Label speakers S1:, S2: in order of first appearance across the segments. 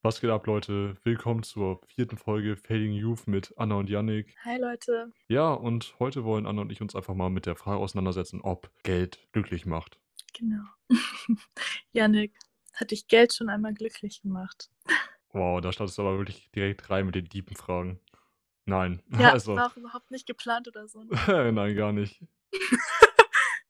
S1: Was geht ab, Leute? Willkommen zur vierten Folge Fading Youth mit Anna und Yannick.
S2: Hi Leute.
S1: Ja, und heute wollen Anna und ich uns einfach mal mit der Frage auseinandersetzen, ob Geld glücklich macht.
S2: Genau. Yannick, hat dich Geld schon einmal glücklich gemacht?
S1: Wow, da startest du aber wirklich direkt rein mit den tiefen Fragen. Nein,
S2: Ja,
S1: also,
S2: war auch überhaupt nicht geplant oder so. ne?
S1: nein, gar nicht.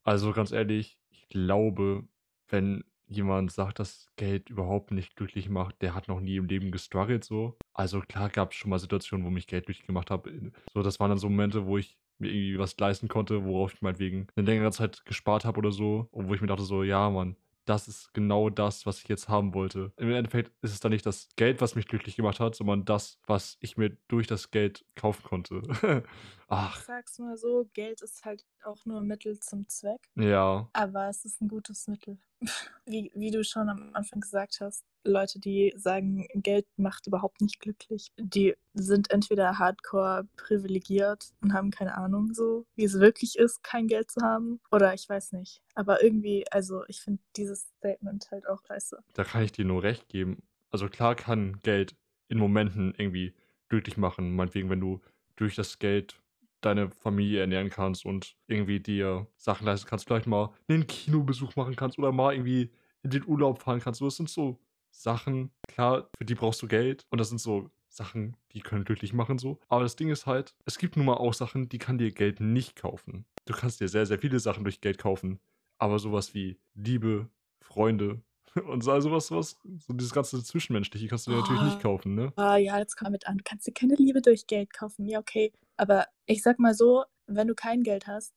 S1: also ganz ehrlich, ich glaube, wenn jemand sagt, dass Geld überhaupt nicht glücklich macht, der hat noch nie im Leben gestruggelt so. Also klar gab es schon mal Situationen, wo mich Geld glücklich gemacht hat. So, das waren dann so Momente, wo ich mir irgendwie was leisten konnte, worauf ich meinetwegen eine längere Zeit gespart habe oder so. Und wo ich mir dachte so, ja, Mann, das ist genau das, was ich jetzt haben wollte. Im Endeffekt ist es dann nicht das Geld, was mich glücklich gemacht hat, sondern das, was ich mir durch das Geld kaufen konnte.
S2: Ich
S1: Ach,
S2: sag's mal so, Geld ist halt auch nur Mittel zum Zweck,
S1: ja.
S2: aber es ist ein gutes Mittel. Wie, wie du schon am Anfang gesagt hast, Leute, die sagen, Geld macht überhaupt nicht glücklich, die sind entweder hardcore privilegiert und haben keine Ahnung so, wie es wirklich ist, kein Geld zu haben, oder ich weiß nicht. Aber irgendwie, also ich finde dieses Statement halt auch scheiße.
S1: da kann ich dir nur recht geben. Also klar kann Geld in Momenten irgendwie glücklich machen. Meinetwegen, wenn du durch das Geld deine Familie ernähren kannst und irgendwie dir Sachen leisten kannst, vielleicht mal einen Kinobesuch machen kannst oder mal irgendwie in den Urlaub fahren kannst. So, Das sind so Sachen, klar, für die brauchst du Geld und das sind so Sachen, die können glücklich machen so. Aber das Ding ist halt, es gibt nun mal auch Sachen, die kann dir Geld nicht kaufen. Du kannst dir sehr, sehr viele Sachen durch Geld kaufen, aber sowas wie Liebe, Freunde, und so, also was, was, so dieses ganze Zwischenmenschliche kannst du dir natürlich nicht
S2: Ah.
S1: kaufen, ne?
S2: Ah ja, jetzt komm mit an. Du kannst dir keine Liebe durch Geld kaufen. Ja, okay. Aber ich sag mal so, wenn du kein Geld hast,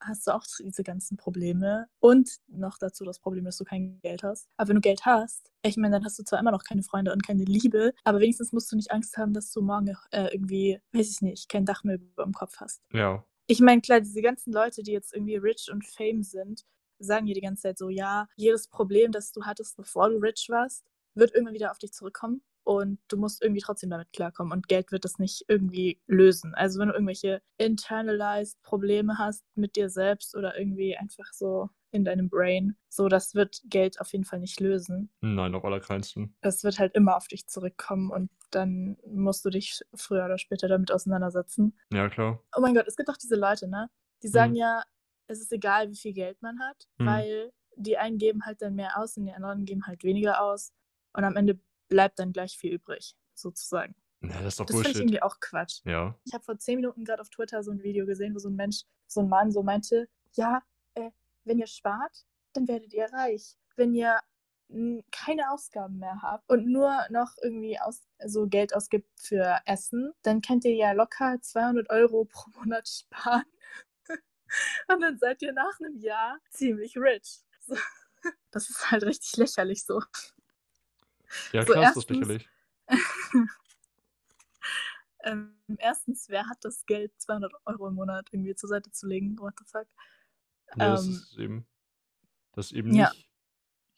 S2: hast du auch diese ganzen Probleme. Und noch dazu das Problem, dass du kein Geld hast. Aber wenn du Geld hast, ich meine, dann hast du zwar immer noch keine Freunde und keine Liebe, aber wenigstens musst du nicht Angst haben, dass du morgen äh, irgendwie, weiß ich nicht, kein Dach mehr über dem Kopf hast.
S1: Ja.
S2: Ich meine, klar, diese ganzen Leute, die jetzt irgendwie rich und fame sind, sagen dir die ganze Zeit so, ja, jedes Problem, das du hattest, bevor du rich warst, wird irgendwann wieder auf dich zurückkommen und du musst irgendwie trotzdem damit klarkommen und Geld wird das nicht irgendwie lösen. Also wenn du irgendwelche internalized Probleme hast mit dir selbst oder irgendwie einfach so in deinem Brain, so das wird Geld auf jeden Fall nicht lösen.
S1: Nein, auf allerkleinsten.
S2: Das wird halt immer auf dich zurückkommen und dann musst du dich früher oder später damit auseinandersetzen.
S1: Ja, klar.
S2: Oh mein Gott, es gibt auch diese Leute, ne? Die sagen
S1: Mhm.
S2: ja, es ist egal, wie viel Geld man hat,
S1: Mhm.
S2: weil die einen geben halt dann mehr aus und die anderen geben halt weniger aus. Und am Ende bleibt dann gleich viel übrig, sozusagen.
S1: Ja, das ist doch
S2: Das finde ich
S1: Bullshit.
S2: irgendwie auch Quatsch.
S1: Ja.
S2: Ich habe vor zehn Minuten gerade auf Twitter so ein Video gesehen, wo so ein Mensch, so ein Mann so meinte, ja, äh, wenn ihr spart, dann werdet ihr reich. Wenn ihr mm, keine Ausgaben mehr habt und nur noch irgendwie aus, so Geld ausgibt für Essen, dann könnt ihr ja locker 200 Euro pro Monat sparen. und dann seid ihr nach einem Jahr ziemlich rich. So. Das ist halt richtig lächerlich so.
S1: Ja,
S2: So,
S1: klar ist das
S2: erstens-
S1: lächerlich.
S2: Ähm, erstens, wer hat das Geld, 200 Euro im Monat irgendwie zur Seite zu legen? What the fuck?
S1: Ja, das
S2: ähm,
S1: ist eben, das ist eben
S2: ja.
S1: nicht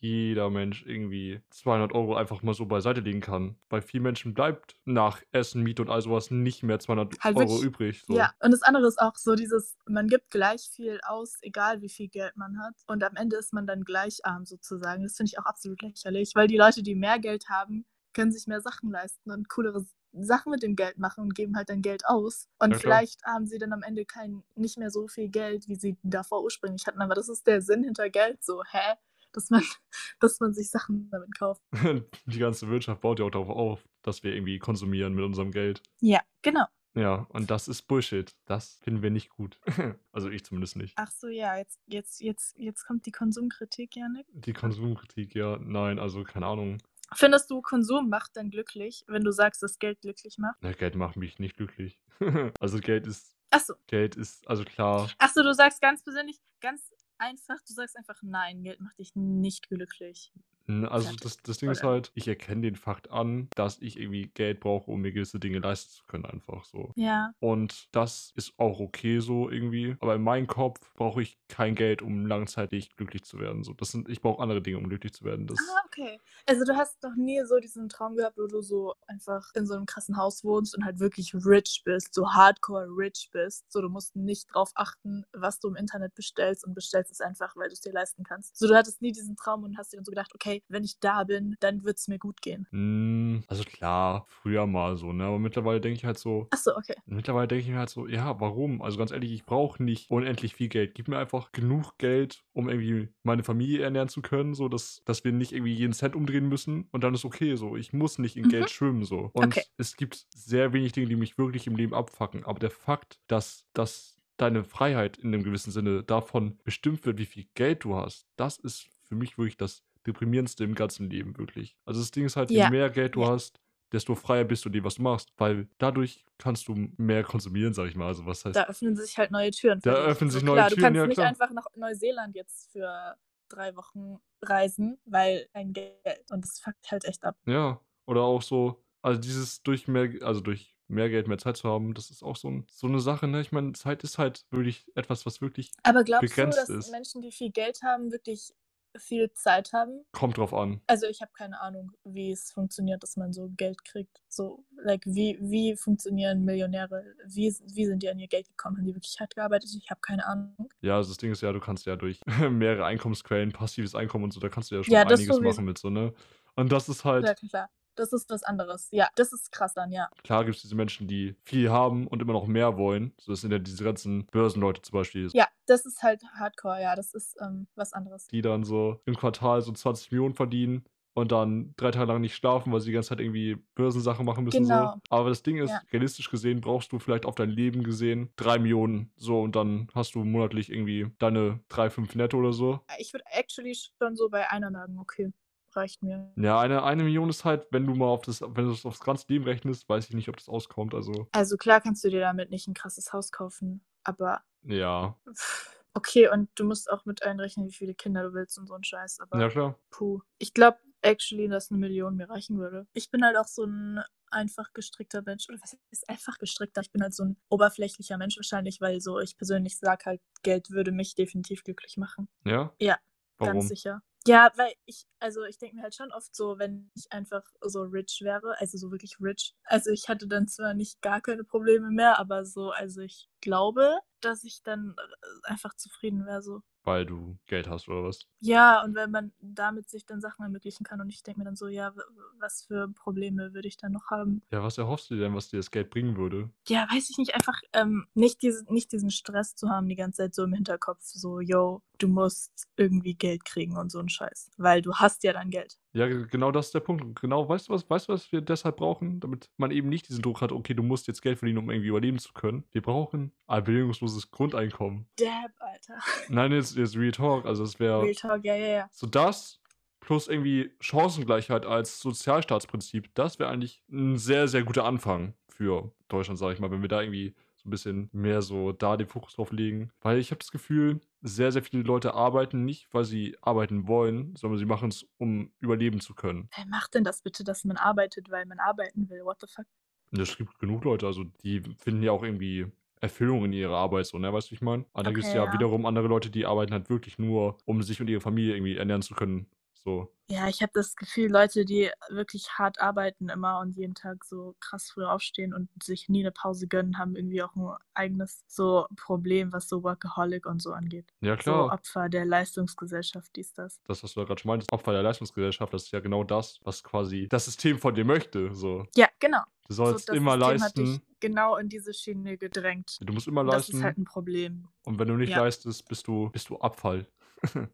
S1: jeder Mensch irgendwie 200 Euro einfach mal so beiseite legen kann. Bei vielen Menschen bleibt nach Essen, Miete und all sowas nicht mehr 200
S2: Halt
S1: Euro
S2: wirklich-
S1: übrig. So.
S2: Ja, und das andere ist auch so dieses, man gibt gleich viel aus, egal wie viel Geld man hat. Und am Ende ist man dann gleich arm sozusagen. Das finde ich auch absolut lächerlich, weil die Leute, die mehr Geld haben, können sich mehr Sachen leisten und coolere Sachen mit dem Geld machen und geben halt dann Geld aus. Und
S1: Ja, klar.
S2: vielleicht haben sie dann am Ende kein, nicht mehr so viel Geld, wie sie davor ursprünglich hatten. Aber das ist der Sinn hinter Geld, so, hä? Dass man, dass man sich Sachen damit kauft.
S1: Die ganze Wirtschaft baut ja auch darauf auf, dass wir irgendwie konsumieren mit unserem Geld.
S2: Ja, genau.
S1: Ja, und das ist Bullshit. Das finden wir nicht gut. also ich zumindest nicht.
S2: Ach so, ja, jetzt, jetzt, jetzt, jetzt kommt die Konsumkritik, Janik.
S1: Die Konsumkritik, ja, nein, also keine Ahnung.
S2: Findest du, Konsum macht dann glücklich, wenn du sagst, dass Geld glücklich macht?
S1: Na, Geld macht mich nicht glücklich. also Geld ist,
S2: Achso,
S1: Geld ist, also klar,
S2: achso, du sagst ganz persönlich, ganz einfach, du sagst einfach nein, Geld macht dich nicht glücklich.
S1: n- also
S2: Fertig.
S1: das, das Ding ist
S2: Voll.
S1: halt, ich erkenne den Fakt an, dass ich irgendwie Geld brauche, um mir gewisse Dinge leisten zu können, einfach so.
S2: Ja,
S1: Und das ist auch okay so irgendwie. Aber in meinem Kopf brauche ich kein Geld, um langzeitig glücklich zu werden. So, das sind, ich brauche andere Dinge, um glücklich zu werden. Das,
S2: ah, okay. Also du hast noch nie so diesen Traum gehabt, wo du so einfach in so einem krassen Haus wohnst und halt wirklich rich bist, so hardcore rich bist. So, du musst nicht drauf achten, was du im Internet bestellst und bestellst es einfach, weil du es dir leisten kannst. So, du hattest nie diesen Traum und hast dir dann so gedacht, okay, hey, wenn ich da bin, dann wird es mir gut gehen.
S1: Mm, Also klar, früher mal so, ne? Aber mittlerweile denke ich halt so,
S2: Achso, okay.
S1: mittlerweile denke ich mir halt so, ja, warum? Also ganz ehrlich, ich brauche nicht unendlich viel Geld. Gib mir einfach genug Geld, um irgendwie meine Familie ernähren zu können, so dass, dass wir nicht irgendwie jeden Cent umdrehen müssen und dann ist okay so. Ich muss nicht in
S2: Mhm.
S1: Geld schwimmen so. Und
S2: Okay.
S1: es gibt sehr wenig Dinge, die mich wirklich im Leben abfacken. Aber der Fakt, dass das deine Freiheit in einem gewissen Sinne davon bestimmt wird, wie viel Geld du hast, das ist für mich wirklich das deprimierendste im ganzen Leben, wirklich. Also das Ding ist halt, je
S2: Ja.
S1: mehr Geld du
S2: Ja.
S1: hast, desto freier bist du in dem, was du machst, weil dadurch kannst du mehr konsumieren, sag ich mal. Also was heißt,
S2: Da öffnen sich halt neue Türen. für
S1: Da
S2: dich.
S1: öffnen sich
S2: Also
S1: neue
S2: klar,
S1: Türen,
S2: Du kannst
S1: ja,
S2: nicht
S1: klar.
S2: einfach nach Neuseeland jetzt für drei Wochen reisen, weil kein Geld. Und das fuckt halt echt ab.
S1: ja, oder auch so, also dieses durch mehr, also durch mehr Geld, mehr Zeit zu haben, das ist auch so, ein, so eine Sache, ne? Ich meine, Zeit ist halt wirklich etwas, was wirklich
S2: Aber glaubst du,
S1: Begrenzt
S2: dass
S1: ist.
S2: Menschen, die viel Geld haben, wirklich viel Zeit haben?
S1: kommt drauf an.
S2: Also ich habe keine Ahnung, wie es funktioniert, dass man so Geld kriegt. So, like, wie, wie funktionieren Millionäre? Wie, s- wie sind die an ihr Geld gekommen? Haben die wirklich hart gearbeitet? Ich habe keine Ahnung.
S1: Ja, also das Ding ist ja, du kannst ja durch mehrere Einkommensquellen, passives Einkommen und so, da kannst du ja schon
S2: Ja, das
S1: einiges
S2: sowieso.
S1: machen mit so, ne? Und das ist halt,
S2: Ja, klar. Das ist was anderes. Ja, das ist krass dann, ja.
S1: klar gibt es diese Menschen, die viel haben und immer noch mehr wollen. So, das sind ja diese ganzen Börsenleute zum Beispiel,
S2: Ja, das ist halt hardcore, ja. Das ist ähm, was anderes.
S1: die dann so im Quartal so 20 Millionen verdienen und dann drei Tage lang nicht schlafen, weil sie die ganze Zeit irgendwie Börsensachen machen müssen.
S2: Genau.
S1: So. Aber das Ding ist,
S2: Ja.
S1: realistisch gesehen brauchst du vielleicht auf dein Leben gesehen drei Millionen so und dann hast du monatlich irgendwie deine drei, fünf netto oder so.
S2: Ich würde actually schon so bei einer sagen, okay, reicht mir.
S1: Ja, eine, eine Million ist halt, wenn du mal auf das, wenn du es aufs ganze Leben rechnest, weiß ich nicht, ob das auskommt. Also,
S2: Also klar kannst du dir damit nicht ein krasses Haus kaufen, aber
S1: ja.
S2: pff, okay, und du musst auch mit einrechnen, wie viele Kinder du willst und so ein Scheiß, aber
S1: Ja, klar.
S2: puh. Ich glaube actually, dass eine Million mir reichen würde. Ich bin halt auch so ein einfach gestrickter Mensch. Oder was ist einfach gestrickter? Ich bin halt so ein oberflächlicher Mensch wahrscheinlich, weil so ich persönlich sage halt, Geld würde mich definitiv glücklich machen.
S1: Ja?
S2: Ja,
S1: Warum?
S2: Ganz sicher. Ja, weil ich, also ich denke mir halt schon oft so, wenn ich einfach so rich wäre, also so wirklich rich. Also ich hatte dann zwar nicht gar keine Probleme mehr, aber so, also ich glaube, dass ich dann äh, einfach zufrieden wäre so.
S1: Weil du Geld hast oder was?
S2: Ja, und wenn man damit sich dann Sachen ermöglichen kann und ich denke mir dann so, ja, w- was für Probleme würde ich dann noch haben?
S1: Ja, was erhoffst du dir denn, was dir das Geld bringen würde?
S2: Ja, weiß ich nicht, einfach ähm, nicht, diese, nicht diesen Stress zu haben die ganze Zeit so im Hinterkopf, so, yo, du musst irgendwie Geld kriegen und so ein Scheiß, weil du hast ja dann Geld.
S1: Ja, ge- genau das ist der Punkt. Und Genau, weißt du was, weißt du, was wir deshalb brauchen, damit man eben nicht diesen Druck hat, okay, du musst jetzt Geld verdienen, um irgendwie überleben zu können. Wir brauchen ein bedingungsloses Grundeinkommen.
S2: Dab, Alter.
S1: Nein, jetzt, jetzt Real Talk. Also es
S2: Real
S1: wäre
S2: Talk, ja, ja, ja.
S1: so das plus irgendwie Chancengleichheit als Sozialstaatsprinzip, das wäre eigentlich ein sehr, sehr guter Anfang für Deutschland, sage ich mal, wenn wir da irgendwie so ein bisschen mehr so da den Fokus drauf legen. Weil ich habe das Gefühl, sehr, sehr viele Leute arbeiten nicht, weil sie arbeiten wollen, sondern sie machen es, um überleben zu können.
S2: Wer macht denn das bitte, dass man arbeitet, weil man arbeiten will? What the fuck?
S1: Und Es gibt genug Leute, also die finden ja auch irgendwie Erfüllung in ihrer Arbeit, so, ne, weißt du, wie ich meine? Aber dann gibt es
S2: Okay,
S1: ja,
S2: ja.
S1: wiederum andere Leute, die arbeiten halt wirklich nur, um sich und ihre Familie irgendwie ernähren zu können. So.
S2: Ja, ich habe das Gefühl, Leute, die wirklich hart arbeiten immer und jeden Tag so krass früh aufstehen und sich nie eine Pause gönnen, haben irgendwie auch ein eigenes so Problem, was so Workaholic und so angeht.
S1: Ja,
S2: So
S1: klar.
S2: Opfer der Leistungsgesellschaft, dies, das.
S1: Das, was du da gerade schon meintest, Opfer der Leistungsgesellschaft, das ist ja genau das, was quasi das System von dir möchte. So.
S2: Ja, genau.
S1: Du sollst
S2: so, das
S1: immer
S2: System hat dich
S1: leisten.
S2: genau in diese Schiene gedrängt.
S1: Du musst immer
S2: Das ist
S1: leisten.
S2: halt ein Problem.
S1: und wenn du nicht
S2: ja.
S1: leistest, bist du, bist du Abfall.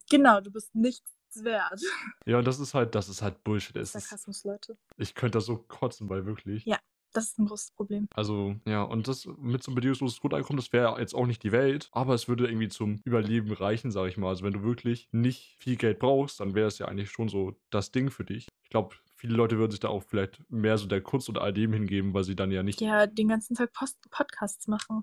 S2: Genau, du bist nichts wert.
S1: Ja, und das ist halt, das ist halt Bullshit. Es ist,
S2: Sarkasmus, Leute.
S1: ich könnte da so kotzen bei wirklich.
S2: Ja. Das ist ein großes Problem.
S1: Also, ja, und das mit so einem bedingungsloses Grundeinkommen, das wäre jetzt auch nicht die Welt, aber es würde irgendwie zum Überleben reichen, sage ich mal. Also, wenn du wirklich nicht viel Geld brauchst, dann wäre es ja eigentlich schon so das Ding für dich. Ich glaube, viele Leute würden sich da auch vielleicht mehr so der Kunst und all dem hingeben, weil sie dann ja nicht.
S2: Ja, den ganzen Tag Post Podcasts machen.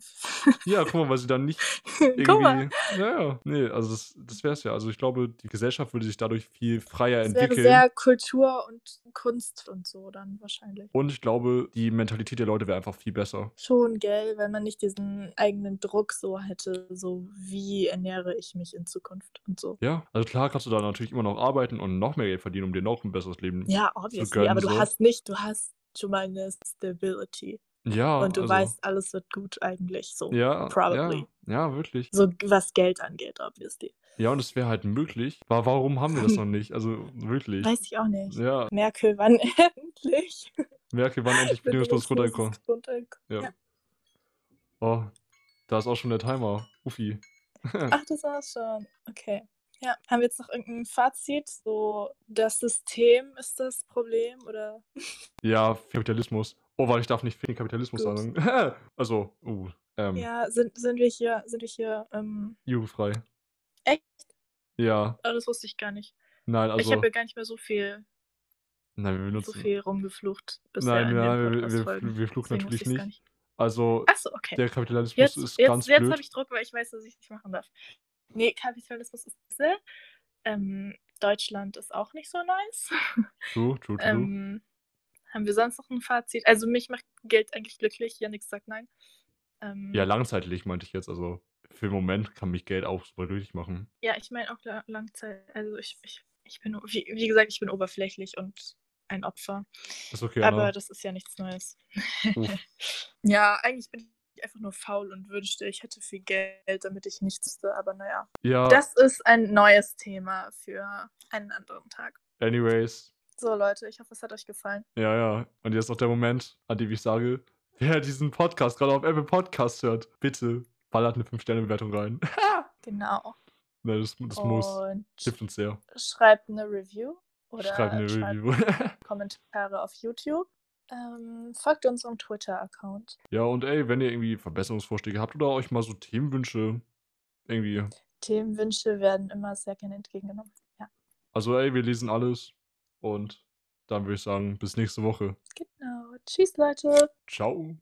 S1: Ja, guck mal, weil sie dann nicht
S2: Guck mal,
S1: irgendwie. Naja, nee, also das, das wäre es ja. Also ich glaube, die Gesellschaft würde sich dadurch viel freier
S2: es wäre
S1: entwickeln.
S2: sehr Kultur und Kunst und so dann wahrscheinlich.
S1: und ich glaube, die Mentalität der Leute wäre einfach viel besser.
S2: Schon, gell, wenn man nicht diesen eigenen Druck so hätte, so wie ernähre ich mich in Zukunft und so.
S1: Ja, also klar kannst du da natürlich immer noch arbeiten und noch mehr Geld verdienen, um dir noch ein besseres Leben
S2: Ja, obviously,
S1: gönnen,
S2: aber du
S1: so.
S2: hast nicht, du hast schon mal eine Stability.
S1: Ja.
S2: und du
S1: also-
S2: weißt, alles wird gut eigentlich. So,
S1: Ja,
S2: probably.
S1: ja, ja, wirklich.
S2: so was Geld angeht, obviously.
S1: Ja, und es wäre halt möglich. Wa- Warum haben wir das noch nicht? Also wirklich.
S2: Weiß ich auch nicht.
S1: Ja,
S2: Merkel, wann endlich?
S1: merke, wann endlich bedingungslos runterkommen.
S2: runterkommen.
S1: Ja.
S2: Ja.
S1: Oh, da ist auch schon der Timer. Uffi.
S2: Ach, das war's schon. Okay. Ja, haben wir jetzt noch irgendein Fazit? So, das System ist das Problem oder?
S1: Ja, Kapitalismus. Oh, weil ich darf nicht den Kapitalismus
S2: Ups.
S1: sagen. also, uh, ähm,
S2: Ja, sind, sind wir hier, sind wir hier, ähm,
S1: jugendfrei.
S2: Echt?
S1: Ja,
S2: oh, das wusste ich gar nicht.
S1: nein, also.
S2: ich habe ja gar nicht mehr so viel,
S1: nein, wir benutzen.
S2: so viel rumgeflucht bisher
S1: nein,
S2: in den
S1: nein, wir, wir,
S2: Podcast-Folgen.
S1: wir, wir fluchen
S2: Deswegen wusste
S1: natürlich
S2: ich's gar
S1: nicht. Also,
S2: Achso, okay.
S1: der Kapitalismus
S2: Jetzt,
S1: ist ganz
S2: jetzt, jetzt
S1: blöd.
S2: habe ich Druck, weil ich weiß, dass ich nicht machen darf. Nee, Kapitalismus ist Sinn. Ähm, Deutschland ist auch nicht so nice.
S1: True, true, true.
S2: Ähm, haben wir sonst noch ein Fazit? Also mich macht Geld eigentlich glücklich. Janik sagt nein. Ähm,
S1: ja, langzeitlich meinte ich jetzt. Also, für den Moment kann mich Geld auch super glücklich machen.
S2: ja, ich meine auch la Langzeit. Also ich, ich, ich bin, wie, wie gesagt, ich bin oberflächlich und ein Opfer.
S1: Ist okay, ne?
S2: Aber
S1: Anna.
S2: das ist ja nichts Neues.
S1: Uff.
S2: ja, eigentlich bin ich einfach nur faul und wünschte, ich hätte viel Geld, damit ich nichts wüsste. Aber naja.
S1: Ja,
S2: Das ist ein neues Thema für einen anderen Tag.
S1: anyways.
S2: So, Leute, ich hoffe, es hat euch gefallen.
S1: Ja, ja. Und jetzt noch der Moment, an dem ich sage, wer diesen Podcast gerade auf Apple Podcast hört, bitte ballert eine 5-Sterne-Bewertung rein.
S2: Genau.
S1: Nein, das, das muss.
S2: Und
S1: Hilft uns sehr.
S2: schreibt eine Review oder
S1: Schreibt eine Review.
S2: Kommentare auf YouTube. Ähm, folgt unserem Twitter-Account.
S1: ja, und ey, wenn ihr irgendwie Verbesserungsvorschläge habt oder euch mal so Themenwünsche, irgendwie.
S2: Themenwünsche werden immer sehr gerne entgegengenommen.
S1: Also, ey, wir lesen alles. Und dann würde ich sagen, bis nächste Woche.
S2: Genau. Tschüss, Leute.
S1: Ciao.